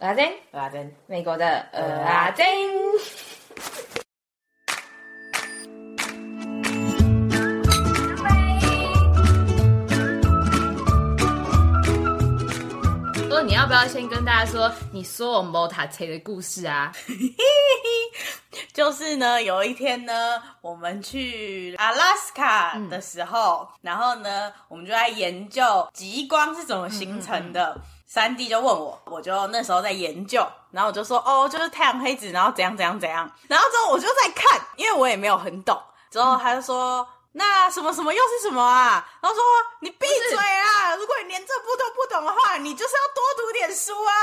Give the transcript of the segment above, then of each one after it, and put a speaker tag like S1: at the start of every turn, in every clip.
S1: 阿珍，
S2: 阿珍，
S1: 美国的呃阿珍。说你要不要先跟大家说你说我 Mota 车的故事 啊？
S2: 就是呢，有一天呢，我们去阿拉斯卡的时候，然后呢，我们就在研究极光是怎么形成的。三弟就问我，我就那时候在研究，然后我就说，哦，就是太阳黑子，然后怎样怎样怎样。然后之后我就在看，因为我也没有很懂。之后他就说。那什么什么又是什么啊？然后说你闭嘴啦！如果你连这步都不懂的话，你就是要多读点书啊。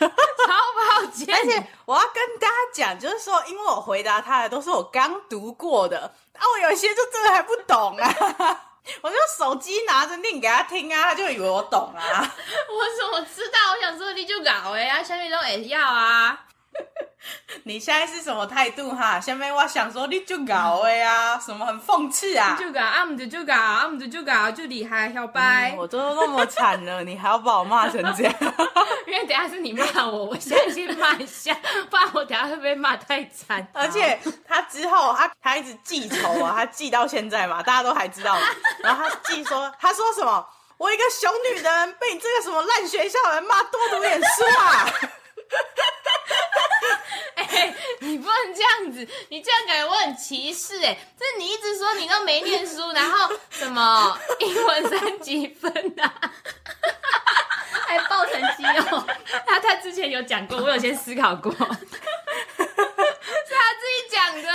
S1: 超抱歉，
S2: 而且我要跟大家讲，就是说，因为我回答他的都是我刚读过的，啊，我有一些就真的还不懂啊， 我就手机拿着念给他听啊，他就以为我懂啊，
S1: 我怎么知道？我想说你就搞哎啊，下面都也要啊。
S2: 你现在是什么态度哈？下面我想说你就搞哎呀，什么很讽刺啊，
S1: 就搞，啊姆的就搞，啊姆的就搞，就厉害，小白
S2: 嗯。我都那么惨了，你还要把我骂成这样？
S1: 因为等一下是你骂我，我现在先骂一下，不然我等一下会被骂太惨。
S2: 而且他之后他他一直记仇啊，他记到现在嘛，大家都还知道。然后他记说，他说什么？我一个熊女人被你这个什么烂学校人骂，多读点书啊！
S1: 哎、你不能这样子，你这样感觉我很歧视哎、这你一直说你都没念书，然后什么英文三级分啊， 还抱成绩哦。他他之前有讲过，我有先思考过， 是他自己讲的。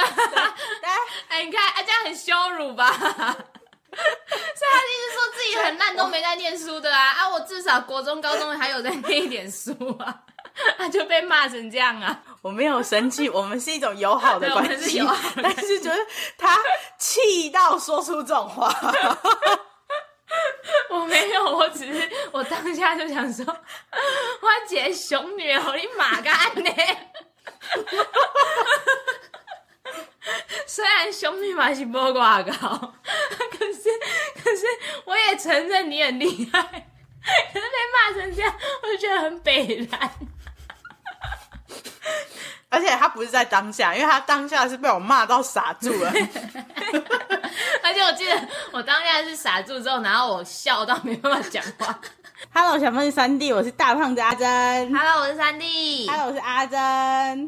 S1: 哎、你看，啊，这样很羞辱吧？ 所以他一直说自己很烂，都没在念书的啊！啊，我至少国中、高中还有在念一点书啊， 他就被骂成这样啊！
S2: 我没有生气，我们是一种友好的
S1: 对我们
S2: 关
S1: 是
S2: 系
S1: 友好，的
S2: 但是觉得他气到说出这种话，
S1: 我没有，我只是我当下就想说，我姐熊女哦，你马干呢？虽然熊女嘛是不挂高，可是可是我也承认你很厉害，可是被骂成这样，我就觉得很北然。
S2: 而且他不是在当下，因为他当下是被我骂到傻住 了。
S1: 而且我记得我当下是傻住之后，然后我笑到没办法讲话。
S2: Hello，小分三弟，我是大胖子阿珍。
S1: Hello，我是三弟。
S2: Hello，我是阿珍。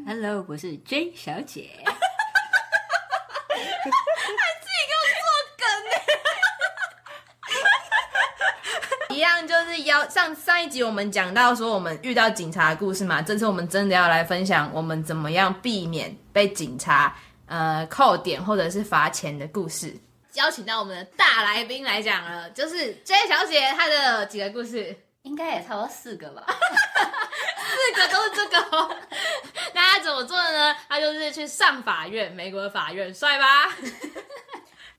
S3: Hello，我是 J 小姐。
S1: 一样就是邀上上一集我们讲到说我们遇到警察的故事嘛，这次我们真的要来分享我们怎么样避免被警察呃扣点或者是罚钱的故事。邀请到我们的大来宾来讲了，就是 J 小姐她的几个故 事，
S3: 应该也差不多四个吧。
S1: 四个都是这个、哦。那她怎么做的呢？她就是去上法院，美国的法院，帅吧？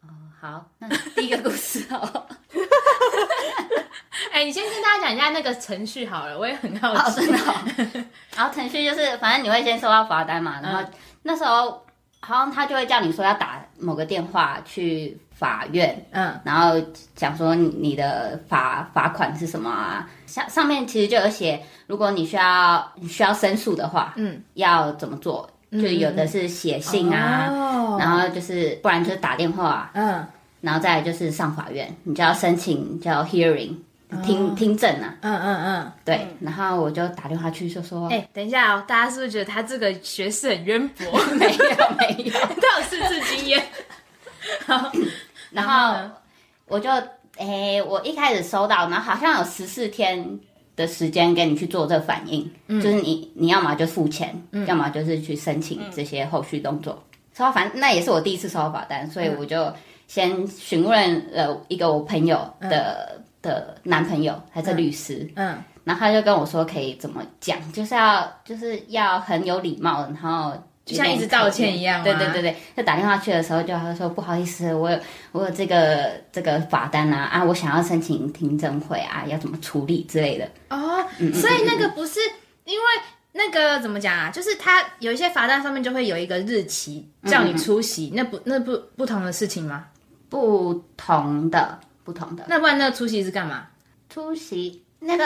S3: 哦好，那第一个故事哦。
S1: 哎、你先跟大家讲一下那个程序好了，我也很好
S3: 哦，
S1: 奇。
S3: 真的哦、 然后程序就是，反正你会先收到罚单嘛，然后那时候好像他就会叫你说要打某个电话去法院，
S1: 嗯
S3: 然后讲说你你的罚罚款是什么啊？上上面其实就有写，如果你需要你需要申诉的话，
S1: 嗯，
S3: 要怎么做？就有的是写信啊，
S1: 哦
S3: 然后就是不然就是打电话、啊
S1: 嗯
S3: 然后再来就是上法院，你就要申请叫 hearing 听、听证啊，
S1: 嗯嗯嗯。
S3: 对。然后我就打电话去就说，
S1: 哎、等一下哦，大家是不是觉得他这个学识很渊博？
S3: 哎 没有没有。
S1: 他有四次经 验。
S3: 然
S1: 后
S3: 后
S1: 呢
S3: 我就哎、我一开始收到，然后好像有十四天的时间给你去做这个反应，
S1: 嗯
S3: 就是你你要么就付钱，要么就是去申请这些后续动作。
S1: 嗯
S3: 收到反那也是我第一次收到罚单，所以我就先询问了一个我朋友的、的男朋友，他是律师，
S1: 嗯，
S3: 然后他就跟我说可以怎么讲，就是要就是要很有礼貌，然后
S1: 就像一直道歉一样吗
S3: 对对对对，就打电话去的时候就他就说不好意思，我有我有这个这个罚单啊啊，我想要申请听证会啊，要怎么处理之类的。
S1: 哦，所以那个不是因为那个怎么讲啊？就是他有一些罚单上面就会有一个日期叫你出席，那不那不不同的事情吗？
S3: 不同的不同的
S1: 那不然那个出席是干嘛？
S3: 出席那个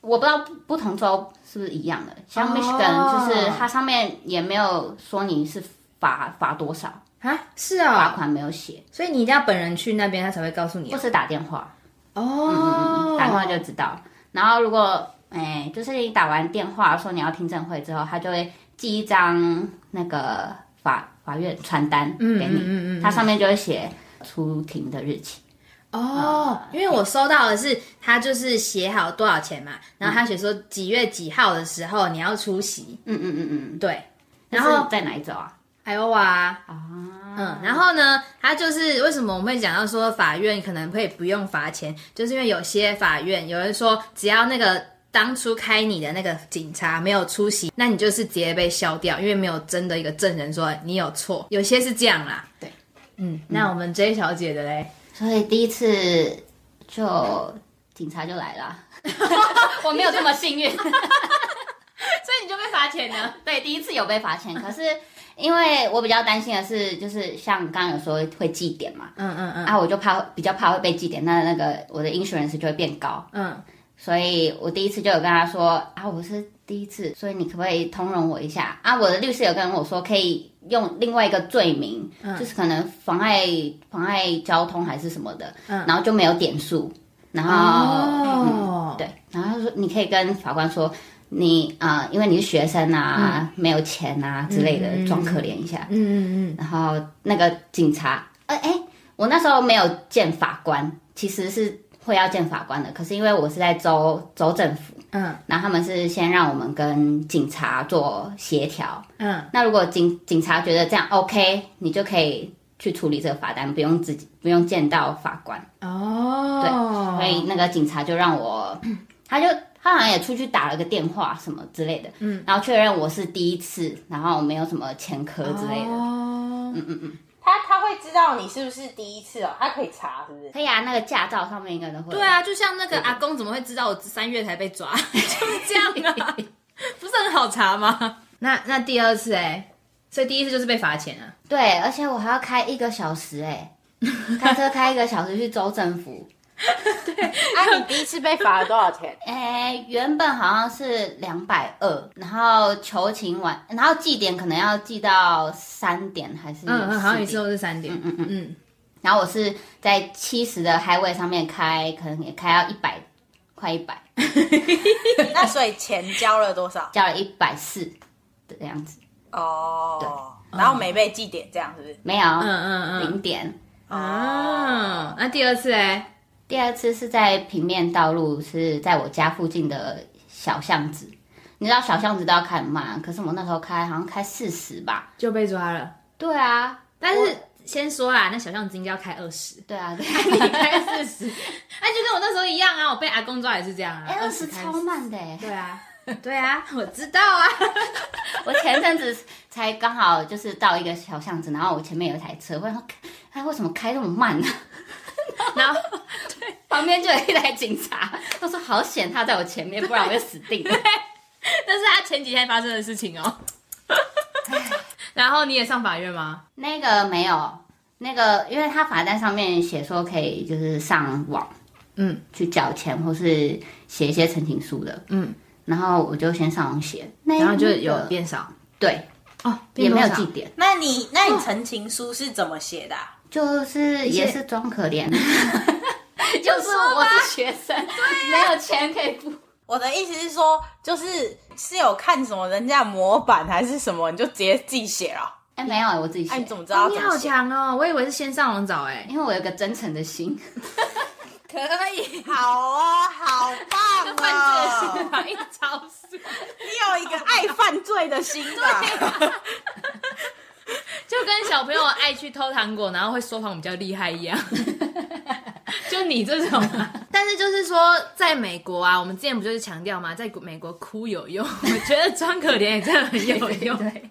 S3: 我不知道不不同州是不是一样的，像
S1: 哦
S3: Michigan 就是它上面也没有说你是罚罚多少，
S1: 啊，是
S3: 罚
S1: 啊、
S3: 款没有写，
S1: 所以你一定要本人去那边，他才会告诉你啊
S3: 或是打电话，
S1: 哦
S3: 打电话就知道。然后如果哎、就是你打完电话说你要听证会之后，他就会寄一张那个法法院传单给你，
S1: 嗯嗯嗯嗯
S3: 它上面就会写出庭的日期。
S1: 哦，因为我收到的是他就是写好多少钱嘛，然后他写说几月几号的时候你要出席，
S3: 嗯嗯嗯嗯，
S1: 对，然
S3: 然
S1: 后
S3: 后在哪一周啊？
S1: 还有啊，
S3: 啊，
S1: 嗯，然后呢，他就是为什么我们会讲到说法院可能会不用罚钱，就是因为有些法院有人说，只要那个当初开你的那个警察没有出席，那你就是直接被消掉，因为没有真的一个证人说你有错，有些是这样啦。
S3: 对，
S1: 嗯，那我们 J 小姐的嘞，
S3: 所以第一次就警察就来了， 我没有这么幸 运。
S1: 所以你就被罚钱了。
S3: 对，第一次有被罚钱，可是因为我比较担心的是，就是像刚刚有说会记点嘛，
S1: 嗯嗯嗯
S3: 啊，我就怕比较怕会被记点，那那个我的 insurance 就会变高，
S1: 嗯，
S3: 所以我第一次就有跟他说啊，我是第一次，所以你可不可以通融我一下啊？我的律师有跟我说可以用另外一个罪名，
S1: 嗯
S3: 就是可能妨碍妨碍交通还是什么的，然后就没有点数，然后、
S1: 嗯哦
S3: 嗯、对，然后他说你可以跟法官说。你啊、呃因为你是学生啊，没有钱啊之类的，
S1: 嗯嗯嗯嗯
S3: 装可怜一下。
S1: 嗯嗯
S3: 然后那个警察，呃，哎，我那时候没有见法官，其实是会要见法官的，可是因为我是在州州政府，
S1: 嗯
S3: 然后他们是先让我们跟警察做协调，
S1: 嗯
S3: 那如果警警察觉得这样 OK，你就可以去处理这个罚单，不用自己不用见到法官，
S1: 嗯，哦，
S3: 所以那个警察就 让我，他就。他好像也出去打了个电话什么之类的，嗯，然后确认我是第一次，然后没有什么前科之类的，
S1: 哦，嗯
S2: 他他会知道你是不是第一次哦，他可以查是不是？
S3: 可以啊，那个驾照上面应该都会。
S1: 对啊，就像那个阿公怎么会知道我三月才被抓？ 就是这样 啊，不是很好查吗？那那第二次哎、所以第一次就是被罚钱啊。
S3: 对，而且我还要开一个小时哎、 开车开一个小时去州政 府。
S2: 啊，你第一次被罚了多少钱？
S3: 哎、原本好像是两百二，然后求情晚，然后祭点可能要祭到三点还是
S1: 嗯嗯，好像也
S3: 4
S1: 是
S3: 点
S1: 都是三点。嗯嗯嗯，
S3: 然后我是在七十的 highway 上面开，可能也开到一百，快一百，
S2: 那所以钱交了多少？
S3: 叫了一百四的样子，
S2: 哦，然后没被记点，这样是不是？
S3: 没有，
S1: 嗯嗯
S3: 零点。
S1: 哦，那第二次哎、
S3: 第二次是在平面道路，是在我家附近的小巷子。你知道小巷子都要开很慢，可是我那时候开好像开四十吧。
S1: 就被抓了。
S3: 对啊，，
S1: 但是先说啦，那小巷子应该要开二十
S3: 对啊，对
S1: 你
S3: 啊，
S1: 开四十，哎，就跟我那时候一样啊，我被阿公抓也是这样啊，
S3: 哎，二十
S1: 开
S3: 超。慢的哎。
S1: 对啊，对啊，我知道啊。
S3: 我前阵子才刚好就是到一个小巷子，然后我前面有一台车，我想说，哎，为什么开那么慢呢、
S1: 然后
S3: 旁边就有一台警察，他说好险他在我前面，不然我就死定了。
S1: 那是他前几天发生的事情哦。 然后你也上法院吗？
S3: 那个没有，那个因为他罚单上面写说可以就是上网，
S1: 嗯，
S3: 去缴钱或是写一些陈情书的，
S1: 嗯，
S3: 然后我就先上网写，那
S1: 然后就有
S3: 个
S1: 变少
S3: 对，
S1: 哦，
S3: 也没有
S1: 记
S3: 记点，
S2: 那你那你陈情书是怎么写的啊、
S3: 就是也是装可怜， 就是我是学生，没有钱可以付。
S2: 我的意思是说，就是是有看什么人家模板还是什么，你就直接自己写了哦。
S3: 哎，没有，我自己
S2: 哎、
S3: 写
S2: 你，怎么知道
S1: 你
S2: 怎
S1: 好
S2: 么写？
S1: 强哦！我以为是先上网找哎、
S3: 因为我有个真诚的心，
S1: 可以，
S2: 好哦，好
S1: 犯
S2: 棒
S1: 罪
S2: 哦！
S1: 心法一超速，
S2: 你有一个爱犯罪的心 吧？
S1: 就跟小朋友爱去偷糖果，然后会说谎比较厉害一样。 就你这种、啊但是就是说，在美国啊，我们之前不就是强调吗？在美国哭有用，我觉得装可怜也真的很有用。
S3: 对，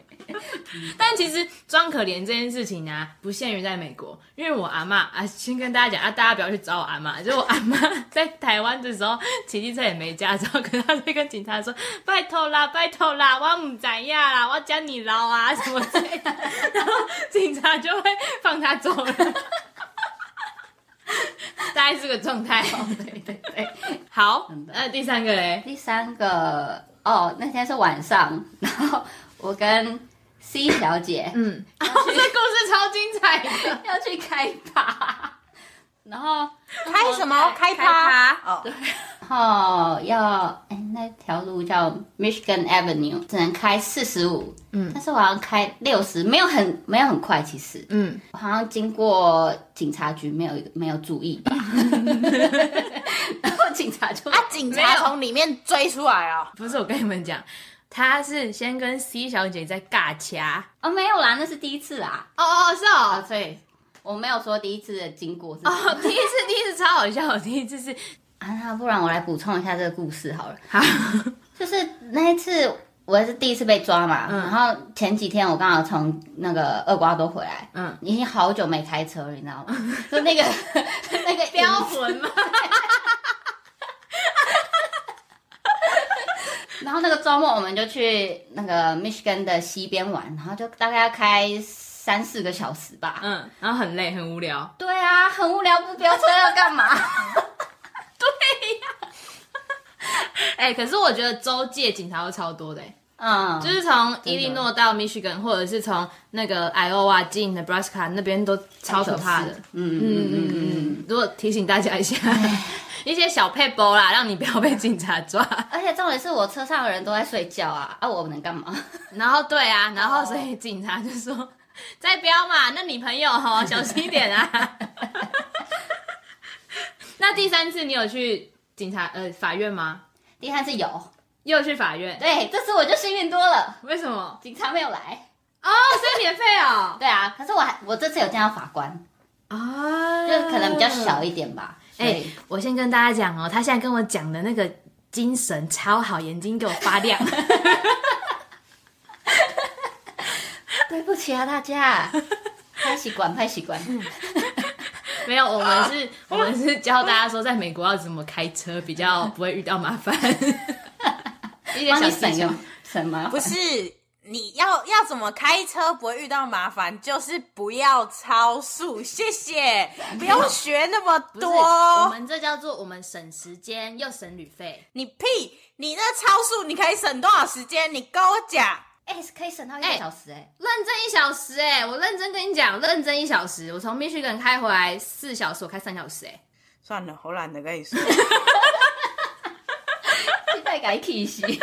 S1: 但其实装可怜这件事情呢、不限于在美国，因为我阿妈啊，先跟大家讲啊，大家不要去找我阿妈，就是我阿妈在台湾的时候骑机车也没驾照，可是她就跟警察说：“拜托啦，拜托啦，我唔知呀啦，我将你捞啊什么之类的。” 然后警察就会放他走了。大概是这个状态。
S3: 对对对。
S1: 好，那第三个嘞，
S3: 第三个哦，那天是晚上，然后我跟 C 小姐，嗯，
S1: 哦， 这故事超精彩的。
S3: 要去开趴，然后
S2: 开什么开
S1: 趴
S2: 趴？哦，
S3: 然后要哎那条路叫 Michigan Avenue，只能开四十五，嗯，但是我好像开六十，没有很没有很快，其实，
S1: 嗯，
S3: 我好像经过警察局没有没有注意吧，然后警察就
S2: 啊，警
S1: 没
S2: 察
S1: 有
S2: 从里面追出来啊！
S1: 不是，我跟你们讲，他是先跟 C 小姐在尬掐。
S3: 哦没有啦，那是第一次啦，
S1: 哦哦，是
S3: 啊，
S1: 哦，
S3: 所以我没有说第一次的经过是什么
S1: 哦，第一次，第一次超好笑，我第一次是
S3: 啊，那不然我来补充一下这个故事好了。
S1: 好，
S3: 就是那一次我也是第一次被抓嘛，然后前几天我刚好从那个厄瓜多回来，
S1: 嗯
S3: 嗯，已经好久没开车了，你知道吗？ 就那个那 个
S1: 标魂嘛，
S3: 然后那个周末我们就去那个 Michigan 的西边玩，然后就大概要开三四个小时吧。
S1: 嗯，然后很累，很无聊，
S3: 对啊，很无聊，不飙车要干嘛？
S1: 哎、可是我觉得州界警察都超多的、哎
S3: 嗯，
S1: 就是从伊利诺到 Michigan，或者是从那个 Iowa 进 Nebraska 那边都超可怕的
S3: 九。嗯嗯嗯嗯嗯。
S1: 哎嗯，哎如果提醒大家一下， 一些小配包啦，让你不要被警察抓。
S3: 而且重点是我车上的人都在睡觉啊，啊，我能干嘛？
S1: 然后对啊，然后所以警察就说：“ 再飙嘛，那你朋友 哦，小心一点啊。”那第三次你有去警察呃法院吗？
S3: 第三次有，
S1: 又去法院？
S3: 对，这次我就幸运多了，
S1: 为什么？
S3: 警察没有来。
S1: 哦，所以免费哦。
S3: 对啊，可是我还我这次有见到法官，
S1: 啊，
S3: 就可能比较小。一点吧。
S1: 哎、
S3: 哎，
S1: 我先跟大家讲哦，他现在跟我讲的那个精神超好，眼睛给我发 亮。
S3: 对不起啊，大家，嗯拍习惯，拍习惯。
S1: 没有，我们 是，我们是教大家说，在美国要怎么开车比较不会遇到麻 烦。一些
S3: 帮
S1: 小
S3: 你
S1: 技
S3: 省
S1: 巧
S3: 用。省麻
S2: 不
S3: 烦。
S2: 是，你要要怎么开车不会遇到麻烦，就是不要超速，谢谢，不要学那么
S1: 不是我
S2: 多。
S1: 们这叫做我们省时间又省旅费。
S2: 你屁，你那超速你可以省多少时间？你跟我讲，
S3: 哎、可以省到一个小时哎、
S1: 认真一小时哎、我认真跟你讲，认真一小时。我从密歇根开回来四小时，我开三小时哎、
S2: 算了，我懒得跟你说。
S3: 现在改体系。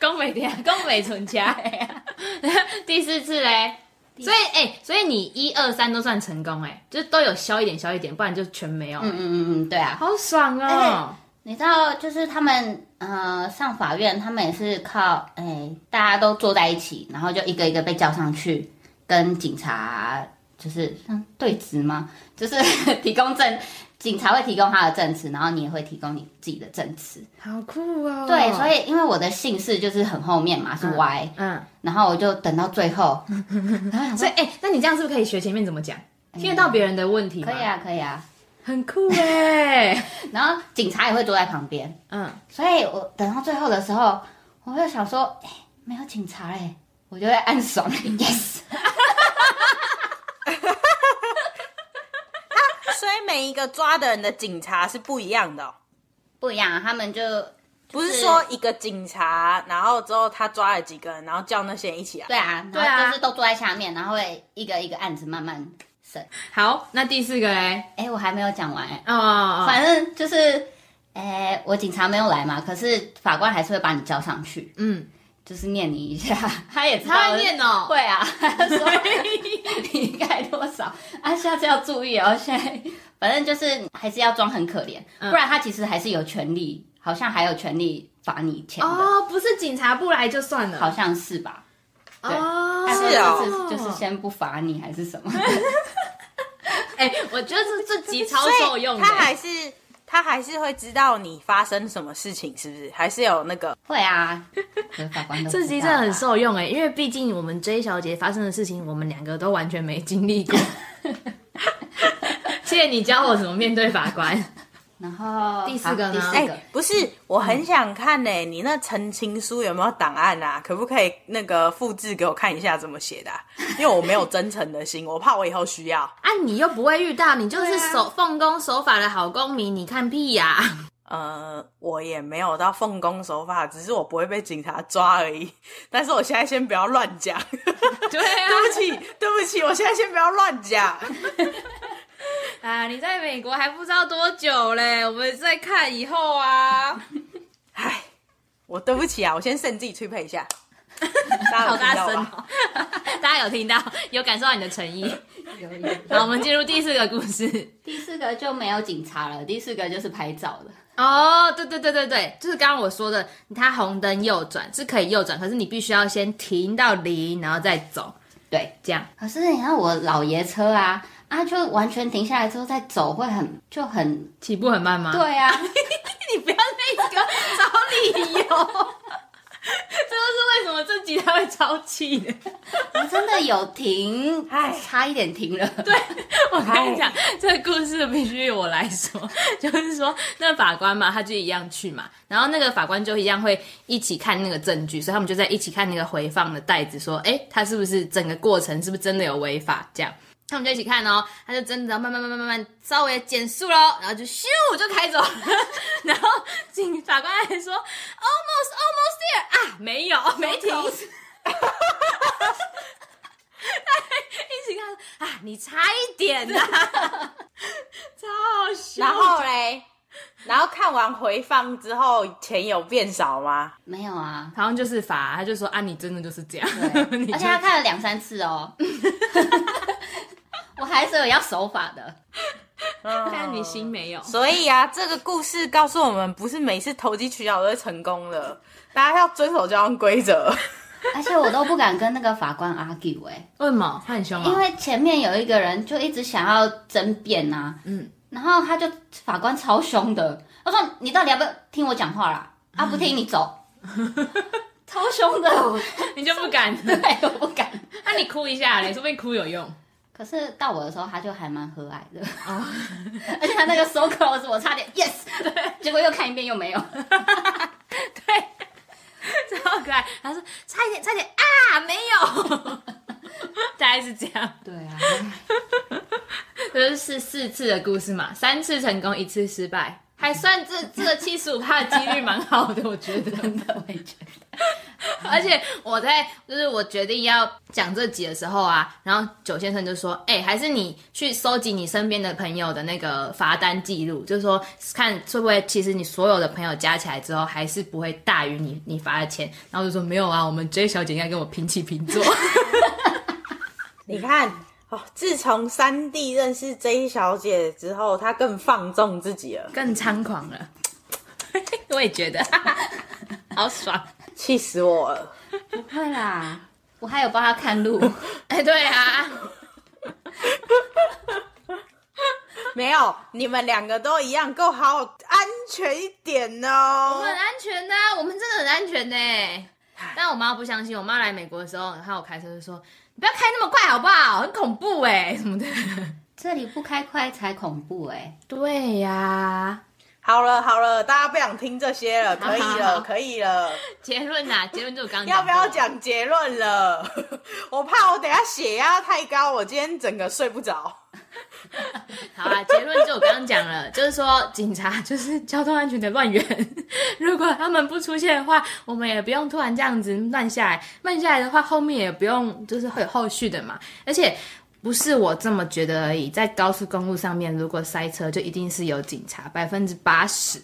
S1: 工美天，工美存家。欸 第四次嘞，所以哎、所以你一二三都算成功哎、就是都有消一点消一点，不然就全没有。
S3: 嗯嗯嗯，对啊。
S1: 好爽哦！
S3: 你知道，就是他们呃上法院，他们也是靠哎、大家都坐在一起，然后就一个一个被叫上去，跟警察就是像对质吗？就是 提供证，警察会提供他的证词，然后你也会提供你自己的证词。
S1: 好酷哦！
S3: 对，所以因为我的姓氏就是很后面嘛，是 Y，、
S1: 嗯，
S3: 然后我就等到最 后，然后想
S1: 所
S3: 说
S1: 以哎、那你这样是不是可以学前面怎么讲？听得到别人的问题吗
S3: 可以，啊，可以啊，
S1: 很酷 哎、
S3: 然后警察也会坐在旁边。
S1: 嗯，
S3: 所以我等到最后的时候，我就想说，哎、没有警察哎、我就会暗爽 ，yes，
S2: 所以每一个抓的人的警察是不一样的哦、
S3: 不一样啊，他们就
S2: 不是说一个警察，然后之后他抓了几个人，然后叫那些人一起来。
S3: 对啊，
S1: 对啊
S3: 然后就是都坐在下面，然后会一个一个案子慢慢审。
S1: 好，那第四个嘞，
S3: 哎、我还没有讲完哎、
S1: 哦哦，哦
S3: 反正就是，哎、我警察没有来嘛，可是法官还是会把你叫上去，
S1: 嗯，
S3: 就是念你一下，他也知道
S1: 他会念哦
S3: 会 啊，他说你盖多少啊，下次要注意哦。现在反正就是还是要装很可怜，
S1: 嗯
S3: 不然他其实还是有权利，好像还有权利罚你钱的，
S1: 哦，不是警察不来就算了，
S3: 好像是吧？
S1: 哦，
S3: 他说
S2: 是哦
S3: 就是就是先不罚你还 是什么？
S1: 哎、我觉得这这集超受
S2: 所以
S1: 用的，
S2: 他还是他还是会知道你发生什么事情，是不是？还是有那个
S3: 会啊，可是法官都
S1: 这
S3: 知
S1: 集
S3: 道
S1: 真的很
S3: 啊
S1: 受用哎、因为毕竟我们 J 小姐发生的事情，我们两个都完 全没经历过。谢谢你教我怎么面对法官。
S3: 然后
S1: 第四个呢
S3: 好第四
S2: 哎、
S3: 个
S2: 不是，我很想看呢、你那澄清书有没有档案啊？可不可以那个复制给我看一下怎么写的啊、因为我没有真诚的心，我怕我以后需要。
S1: 啊，你又不会遇到，你就是
S3: 对啊
S1: 守奉公守法的好公民，你看屁呀、
S2: 呃，我也没有到奉公守法，只是我不会被警察抓而已。但是我现在先不要乱讲，
S1: 对啊
S2: 对不起，对不起，我现在先不要乱讲。
S1: 啊，你在美国还不知道多久嘞，我们再看以后啊。
S2: 唉，我对不起啊，我先慎自己吹配一下，大家
S1: 好
S2: 有
S1: 大
S2: 听到
S1: 声
S2: 吧？
S1: 哦！ 大家有听到，有感受到你的诚 意。
S3: 有一个
S1: 好，我们进入第四个故事。
S3: 第四个就没有警察了，第四个就是拍照了。
S1: 哦，对对对对对，就是刚刚我说的，它红灯右转是可以右转，可是你必须要先停到零，然后再走，
S3: 对，
S1: 这样。
S3: 可是你看我老爷车啊啊，就完全停下来之后再走，会很就很
S1: 起步很慢吗？，
S3: 对啊，
S1: 你不要那个找理由。这就是为什么这集他会超气的。
S3: 我啊真的有停，
S2: 唉
S3: 差一点停了。
S1: 对， 我跟你讲，这个故事必须由我来说， 就是说那法官嘛，他就一样去嘛，然后那个法官就一样会一起看那个证据，所以他们就在一起看那个回放的袋子，说，哎，他是不是整个过程是不是真的有违法这样。他们就一起看哦，他就真的慢慢慢慢慢慢稍微减速喽，然后就咻就开走了， 然后警法官还说 almost almost there 啊，没有没停， 一起看啊，你差一点呐、 超好笑。
S2: 然后嘞，然后看完回放之后，钱有变少吗？
S3: 没有 啊，
S1: 好像就是罚，他就说啊，你真的就是这样
S3: 对，，
S1: 你
S3: 而
S1: 就
S3: 且他看了两三次哦。我还是有要守法的，
S1: 看你心没有。
S2: 所以啊，这个故事告诉我们，不是每次投机取巧都成功了，大家要遵守交通规则。
S3: 而且我都不敢跟那个法官 argue 哎、
S1: 为什么？他很凶啊
S3: 因
S1: 吗？
S3: 为前面有一个人就一直想要争辩呐、
S1: 嗯，
S3: 然后他就法官超凶的，他说你到底要不要听我讲话啦？啊，不听你走，超凶的，我
S1: 你就不 敢？
S3: 对我不敢。
S1: 那、你哭一下嘞，说不定哭有用。
S3: 可是到我的时候，他就还蛮和蔼的，
S1: 哦
S3: 而且他那个 so close，我差点 yes，结果又看一遍又没有，
S1: 超可爱。他说差一点，差一点啊，没有。 大概是这样，
S3: 对啊，
S1: 就是四四次的故事嘛，三次成功，一次失败，还算这这七十五趴的几率蛮好的，我觉得。
S3: 真的我也觉得，
S1: 而且我在就是我决定要讲这集的时候啊，然后九先生就说：“哎、还是你去收集你身边的朋友的那个罚单记录，就是说看会不会其实你所有的朋友加起来之后，还是不会大于你你罚的钱。”然后我就说：“没有啊，我们 J 小姐应该跟我平起平坐。
S2: 你看，哦，自从三弟认识 J 小姐之后，她更放纵自己了”，
S1: 更猖狂了， 我也觉 得好爽。
S2: 气死我了。
S3: 不会啦，我还有帮他看路，
S1: 哎、对啊，
S2: 没有，你们两个都一样，够好安全一点
S1: 我
S2: 哦
S1: 们。很安全的、啊，我们真的很安全呢、但我妈不相信，我妈来美国的时候，然后我开车就说：“你不要开那么快好不好？很恐怖哎、什么的。
S3: 这里不开快才恐怖哎、”
S1: 对呀、
S2: 好了好了，大家不想听这些 了，可以
S1: 好好好
S2: 了可以了，
S1: 结论呐、结论就是我刚刚
S2: 要不
S1: 过
S2: 要？讲结论了？ 我怕我等一下血压太高，我今天整个睡不着。
S1: 好啊，结论就我刚刚讲了，就是说警察就是 交通安全的乱源，如果他们不出现的话，我们也不用突然这样子慢下来，慢下来的话，后面也不用就是会有后续的嘛，而且。不是我这么觉得而已，在高速公路上面，如果塞车，就一定是有警察，百分之八十，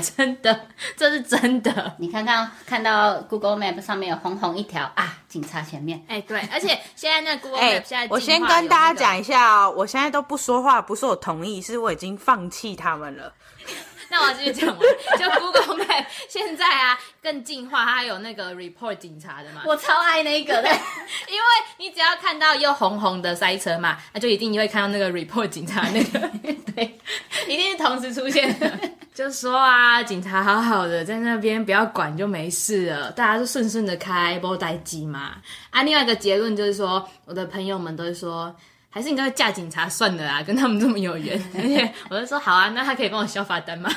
S1: 真的，这是真的。
S3: 你看看看到 Google Map 上面有红红一条啊，警察前面，
S1: 哎、对，而且现在那 Google
S2: 哎、
S1: Map 现在、
S2: 我先跟大家，讲一下哦，我现在都不说话，不是我同意，是我已经放弃他们了。
S1: 那我继续讲完。 就 Google Map 现在啊更进化，它有那个 report 警察的嘛，
S3: 我超爱 那个的，
S1: 因为你只要看到又红红的塞车嘛，那就一定会看到那个 report 警察那个， 对，一定是同时出现的。 就说啊，警察好好的在那边，不要管就没事了，大家就顺顺的开，不待机嘛。啊，另外一个结论就是说，我的朋友们都会说。还是你干脆嫁警察算了啊啦，跟他们这么有缘。 而且我就说好啊，那他可以帮我消罚单吗？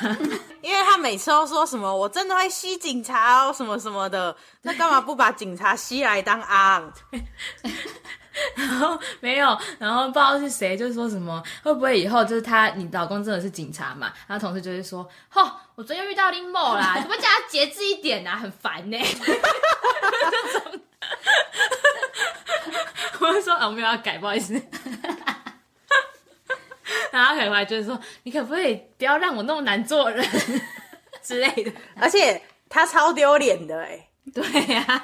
S2: 因为他每次都说什么我真的会吸警察哦，什么什么的，那干嘛不把警察吸来当阿？
S1: 然后没有，然后不知道是谁就说什么，会不会以后就是他，你老公真的是警察嘛？然后同事就会说，吼，我昨天遇到林某啦，怎么叫他节制一点啊，很烦呢、 这种我就说啊，我没有要改，不好意思。然后他可能还就是说，你可不可以不要让我那么难做人 之类的？
S2: 而且他超丢脸的哎、欸，
S1: 对呀、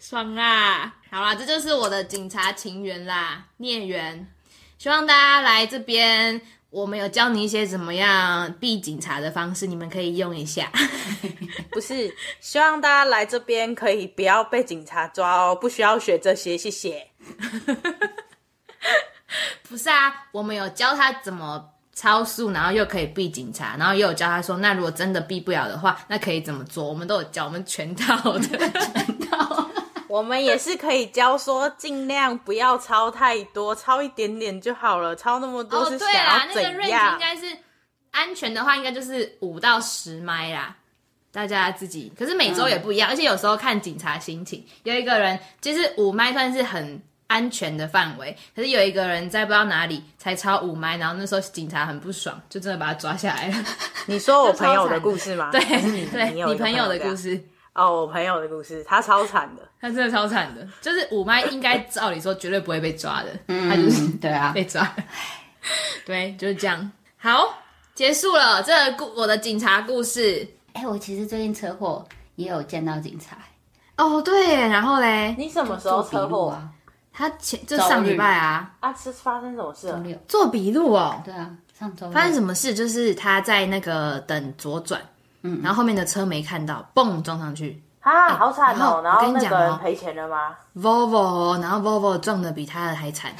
S1: 爽啦！好啦，这就是我的警察情缘啦，孽缘。希望大家来这边，我们有教你一些怎么样避警察的方式，你们可以用一下。
S2: 不是，希望大家来这边可以不要被警察抓哦，不需要学这些，谢谢。
S1: 不是啊，我们有教他怎么超速，然后又可以避警察，然后也有教他说，那如果真的避不了的话，那可以怎么做？我们都有教，我们全套的。
S2: 我们也是可以教说，尽量不要超太多，超一点点就好了，超那么多
S1: 哦，
S2: 是
S1: 对啦，
S2: 想要
S1: 那个
S2: 怎
S1: range
S2: 样
S1: 应？该是安全的话，应该就是五到十麦啦。大家自己，可是每周也不一样，而且有时候看警察心情。有一个人其实五麦算是很安全的范围，可是有一个人在不知道哪里才超五麦，然后那时候警察很不爽，就真的把他抓下来了。
S2: 你说我朋友的故事吗？
S1: 对
S2: 啊还是你，
S1: 对，
S2: 你有
S1: 你
S2: 一个
S1: 朋
S2: 朋
S1: 友的
S2: 这样
S1: 故事，
S2: 哦，我朋友的故事，他超惨的。
S1: 他真的超惨的，就是五麦应该照理说绝对不会被抓的，他就是
S3: 嗯，对啊，
S1: 被抓。 对，就是这样。好，结束了这个故我的警察故事。
S3: 哎、我其实最近车祸也有见到警察，
S1: 哦，对耶，然后嘞，
S2: 你什么时候车
S3: 做笔录
S2: 祸？
S3: 啊，
S1: 他前就
S3: 周日
S1: 上礼拜啊，
S2: 啊，是发生什么事
S3: 周
S2: 了？
S3: 六，
S1: 做笔录哦。
S3: 对啊，上周
S1: 发生
S3: 六，
S1: 什么事？就是他在那个等左转，嗯，然后后面的车没看到，嘣撞上去
S2: 啊，好惨
S1: 然后
S2: 哦！然后
S1: 我跟你
S2: 那
S1: 讲
S2: 个
S1: 哦
S2: 人赔钱了吗？
S1: ，Volvo，哦然后 Volvo 撞的比他的还 惨。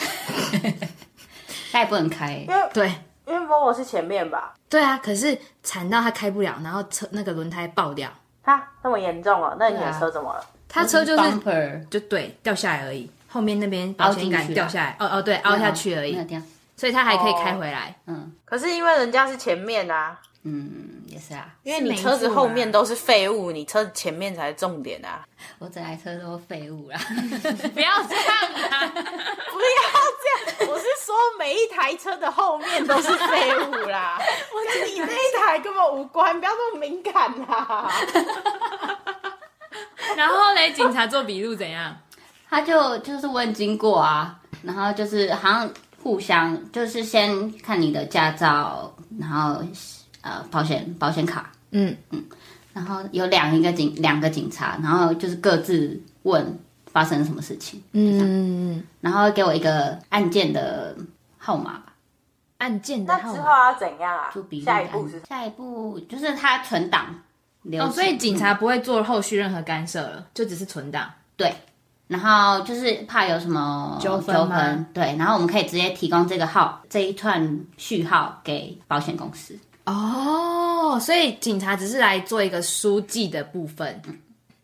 S3: 他也不能开、
S2: 因为
S1: 对，
S2: 因为 Volvo 是前面吧？
S1: 对啊，可是惨到他开不了，然后车那个轮胎爆掉，
S2: 哈，那么严重哦？那你
S3: 对
S2: 的
S3: 啊
S2: 车怎么了？
S1: 他车就是
S3: bumper
S1: 就对掉下来而已，后面那边保险
S3: 凹
S1: 杆
S3: 进去啊
S1: 掉下来，哦哦对，凹下去而已
S3: 啊没有，掉，
S1: 所以他还可以开回来。
S3: 嗯
S2: 可是因为人家是前面啊，
S3: 嗯，也是啊，
S2: 因为
S1: 是
S2: 你
S1: 没
S2: 车子
S1: 错啊
S2: 后面都是废物，你车子前面才是重点啊！
S3: 我整台车都废物啦，
S1: 哦不要这样啊！
S2: 不要这样，我是说每一台车的后面都是废物啦，我跟你那一台根本无关，不要那么敏感啦。
S1: 然后嘞，警察做笔录怎样？
S3: 他就就是问经过啊，然后就是好像互相就是先看你的驾照，然后呃保险保险卡，
S1: 嗯，
S3: 然后有两一个警两个警察，然后就是各自问发生了什么事情，
S1: 嗯，
S3: 然后给我一个案件的号码吧，
S1: 案件的
S2: 那
S1: 号
S2: 之
S1: 码
S2: 后要怎样啊
S3: 就比？如
S2: 下一步是什么？
S3: 下一步就是他存档留
S1: 哦，
S3: 起
S1: 所以警察不会做后续任何干涉了，就只是存档。
S3: 对，然后就是怕有什么
S1: 纠纷吗
S3: 纷对，然后我们可以直接提供这个号这一串序号给保险公司，
S1: 哦，所以警察只是来做一个书记的部分，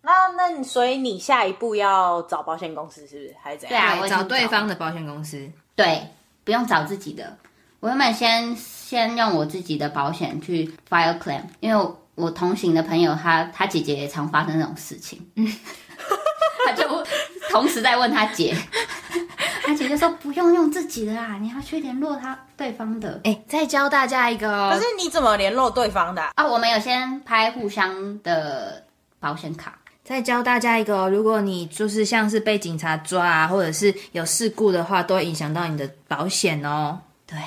S2: 那那你所以你下一步要找保险公司是不是？还是怎样？
S3: 对啊我
S1: 来
S3: 已经
S1: 找对方的保险公司。
S3: 对，不用找自己的。我原本先先用我自己的保险去 file claim，因为我我同行的朋友他他姐姐也常发生这种事 情，嗯，他就同时在问他 姐，他姐姐说不用用自己的啦，你要去联络他对方的。
S1: 哎，再教大家一个
S2: 可
S1: 哦
S2: 是，你怎么联络对方的啊、
S3: 啊，我们有先拍互相的保险卡，
S1: 再教大家一个哦，如果你就是像是被警察抓啊，或者是有事故的话，都会影响到你的保险哦。
S3: 对，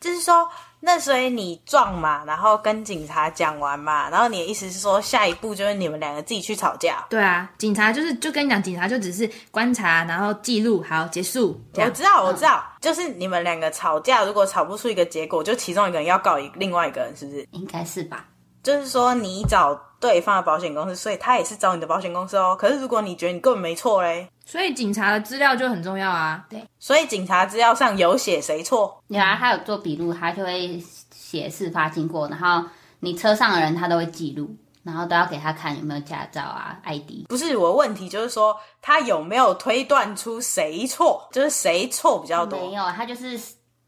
S2: 就是说，那所以你撞嘛，然后跟警察讲完嘛，然后你的意思是说，下一步就是你们两个自己去吵架。
S1: 对啊，警察就是就跟你讲，警察就只是观察，然后记录，好结束这
S2: 我
S1: 样。
S2: 知道，我知道，就是你们两个吵架，如果吵不出一个结果，就其中一个人要告一另外一个人，是不是？
S3: 应该是吧？
S2: 就是说，你找对方的保险公司，所以他也是找你的保险公司哦。可是如果你觉得你根本没错嘞，
S1: 所以警察的资料就很重要啊。
S2: 所以警察资料上有写谁错，
S3: 有啊，他有做笔录，他就会写事发经过，然后你车上的人他都会记录，然后都要给他看有没有驾照啊、ID。
S2: 不是我的问题，就是说他有没有推断出谁错，就是谁错比较
S3: 没
S2: 多。
S3: 有，他就是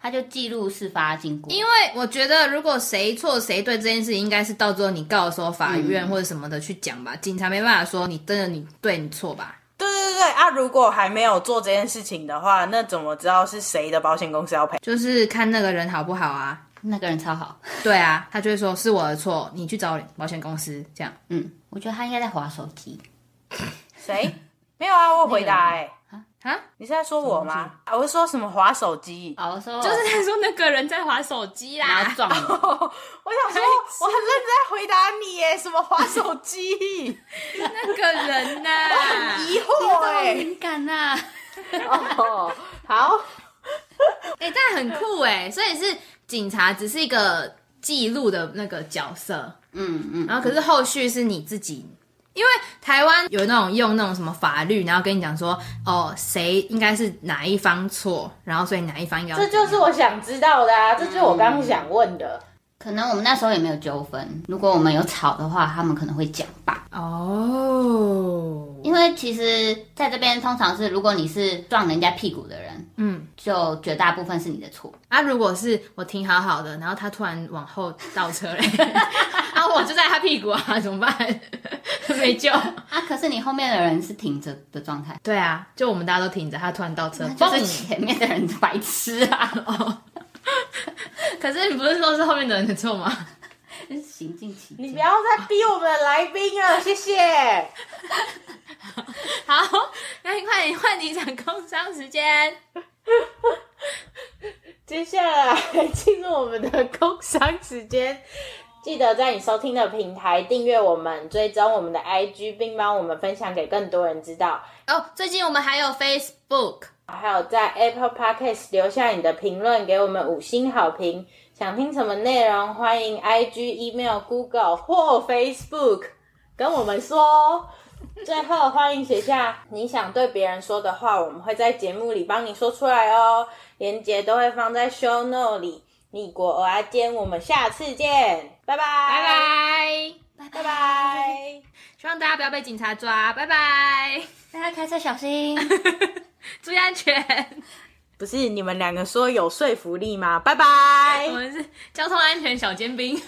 S3: 他就记录事发经过，
S1: 因为我觉得，如果谁错谁对这件事，应该是到最后你告的时候，法院或者什么的去讲吧。警察没办法说你真的你对你错吧？
S2: 对对对对啊！如果还没有做这件事情的话，那怎么知道是谁的保险公司要赔？
S1: 就是看那个人好不好啊。
S3: 那个人超好。
S1: 对啊，他就会说是我的错，你去找保险公司这样。
S3: 嗯，我觉得他应该在划手机。
S2: 谁？没有啊，我有回答哎、
S1: 啊，
S2: 你是在说我
S1: 什么东
S2: 吗？啊，我是说什么划手机？
S3: 哦，我说
S1: 就是在说那个人在划手机
S3: 然后
S1: 啦。
S3: 撞你，
S2: 我想说，我很认真在回答你耶，什么划手机？
S1: 那个人呐、啊
S2: 疑惑
S3: 好
S2: 哎、
S3: 敏感啊呐、
S2: 哦， 好，
S1: 哎、但很酷哎、所以是警察只是一个记录的那个角色，
S3: 嗯嗯，
S1: 然后可是后续是你自己，因为台湾有那种用那种什么法律，然后跟你讲说哦谁应该是哪一方错，然后所以哪一方应该要
S2: 这就是我想知道的啊，这就是我刚刚想问的。
S3: 可能我们那时候也没有纠纷，如果我们有吵的话，他们可能会讲吧。
S1: 哦，
S3: 因为其实在这边通常是，如果你是撞人家屁股的人，
S1: 嗯，
S3: 就绝大部分是你的错。
S1: 啊如果是我停好好的，然后他突然往后倒车 嘞，啊我就在他屁股啊，怎么办？ 没救。
S3: 啊，可是你后面的人是停着的状态，
S1: 对啊，就我们大家都停着，他突然倒车，
S3: 就
S1: 嘣
S3: 是前面的人白痴啊，
S1: 可是你不是说是后面的人的错吗？
S3: 就是行进起
S2: 你
S3: 见
S2: 不要再逼我们的来宾了，谢谢。
S1: 好，那你快点换你讲工伤时间。
S2: 接下来进入我们的工商时间，记得在你收听的平台订阅我们，追踪我们的 IG，并帮我们分享给更多人知道。
S1: 哦，最近我们还有 Facebook，
S2: 还有在 Apple Podcast 留下你的评论，给我们五星好评。想听什么内容，欢迎 IG、email、Google 或 Facebook 跟我们说哦。最后，欢迎写下你想对别人说的话，我们会在节目里帮你说出来哦。连接都会放在 Show Note 里。米国偶阿坚，我们下次见，拜拜，
S1: 拜拜。
S2: 拜拜。
S1: 希望大家不要被警察抓，拜拜，
S3: 大家开车小心。
S1: 注意安全。
S2: 不是你们两个说有说服力吗？拜拜
S1: 我们是交通安全小尖兵。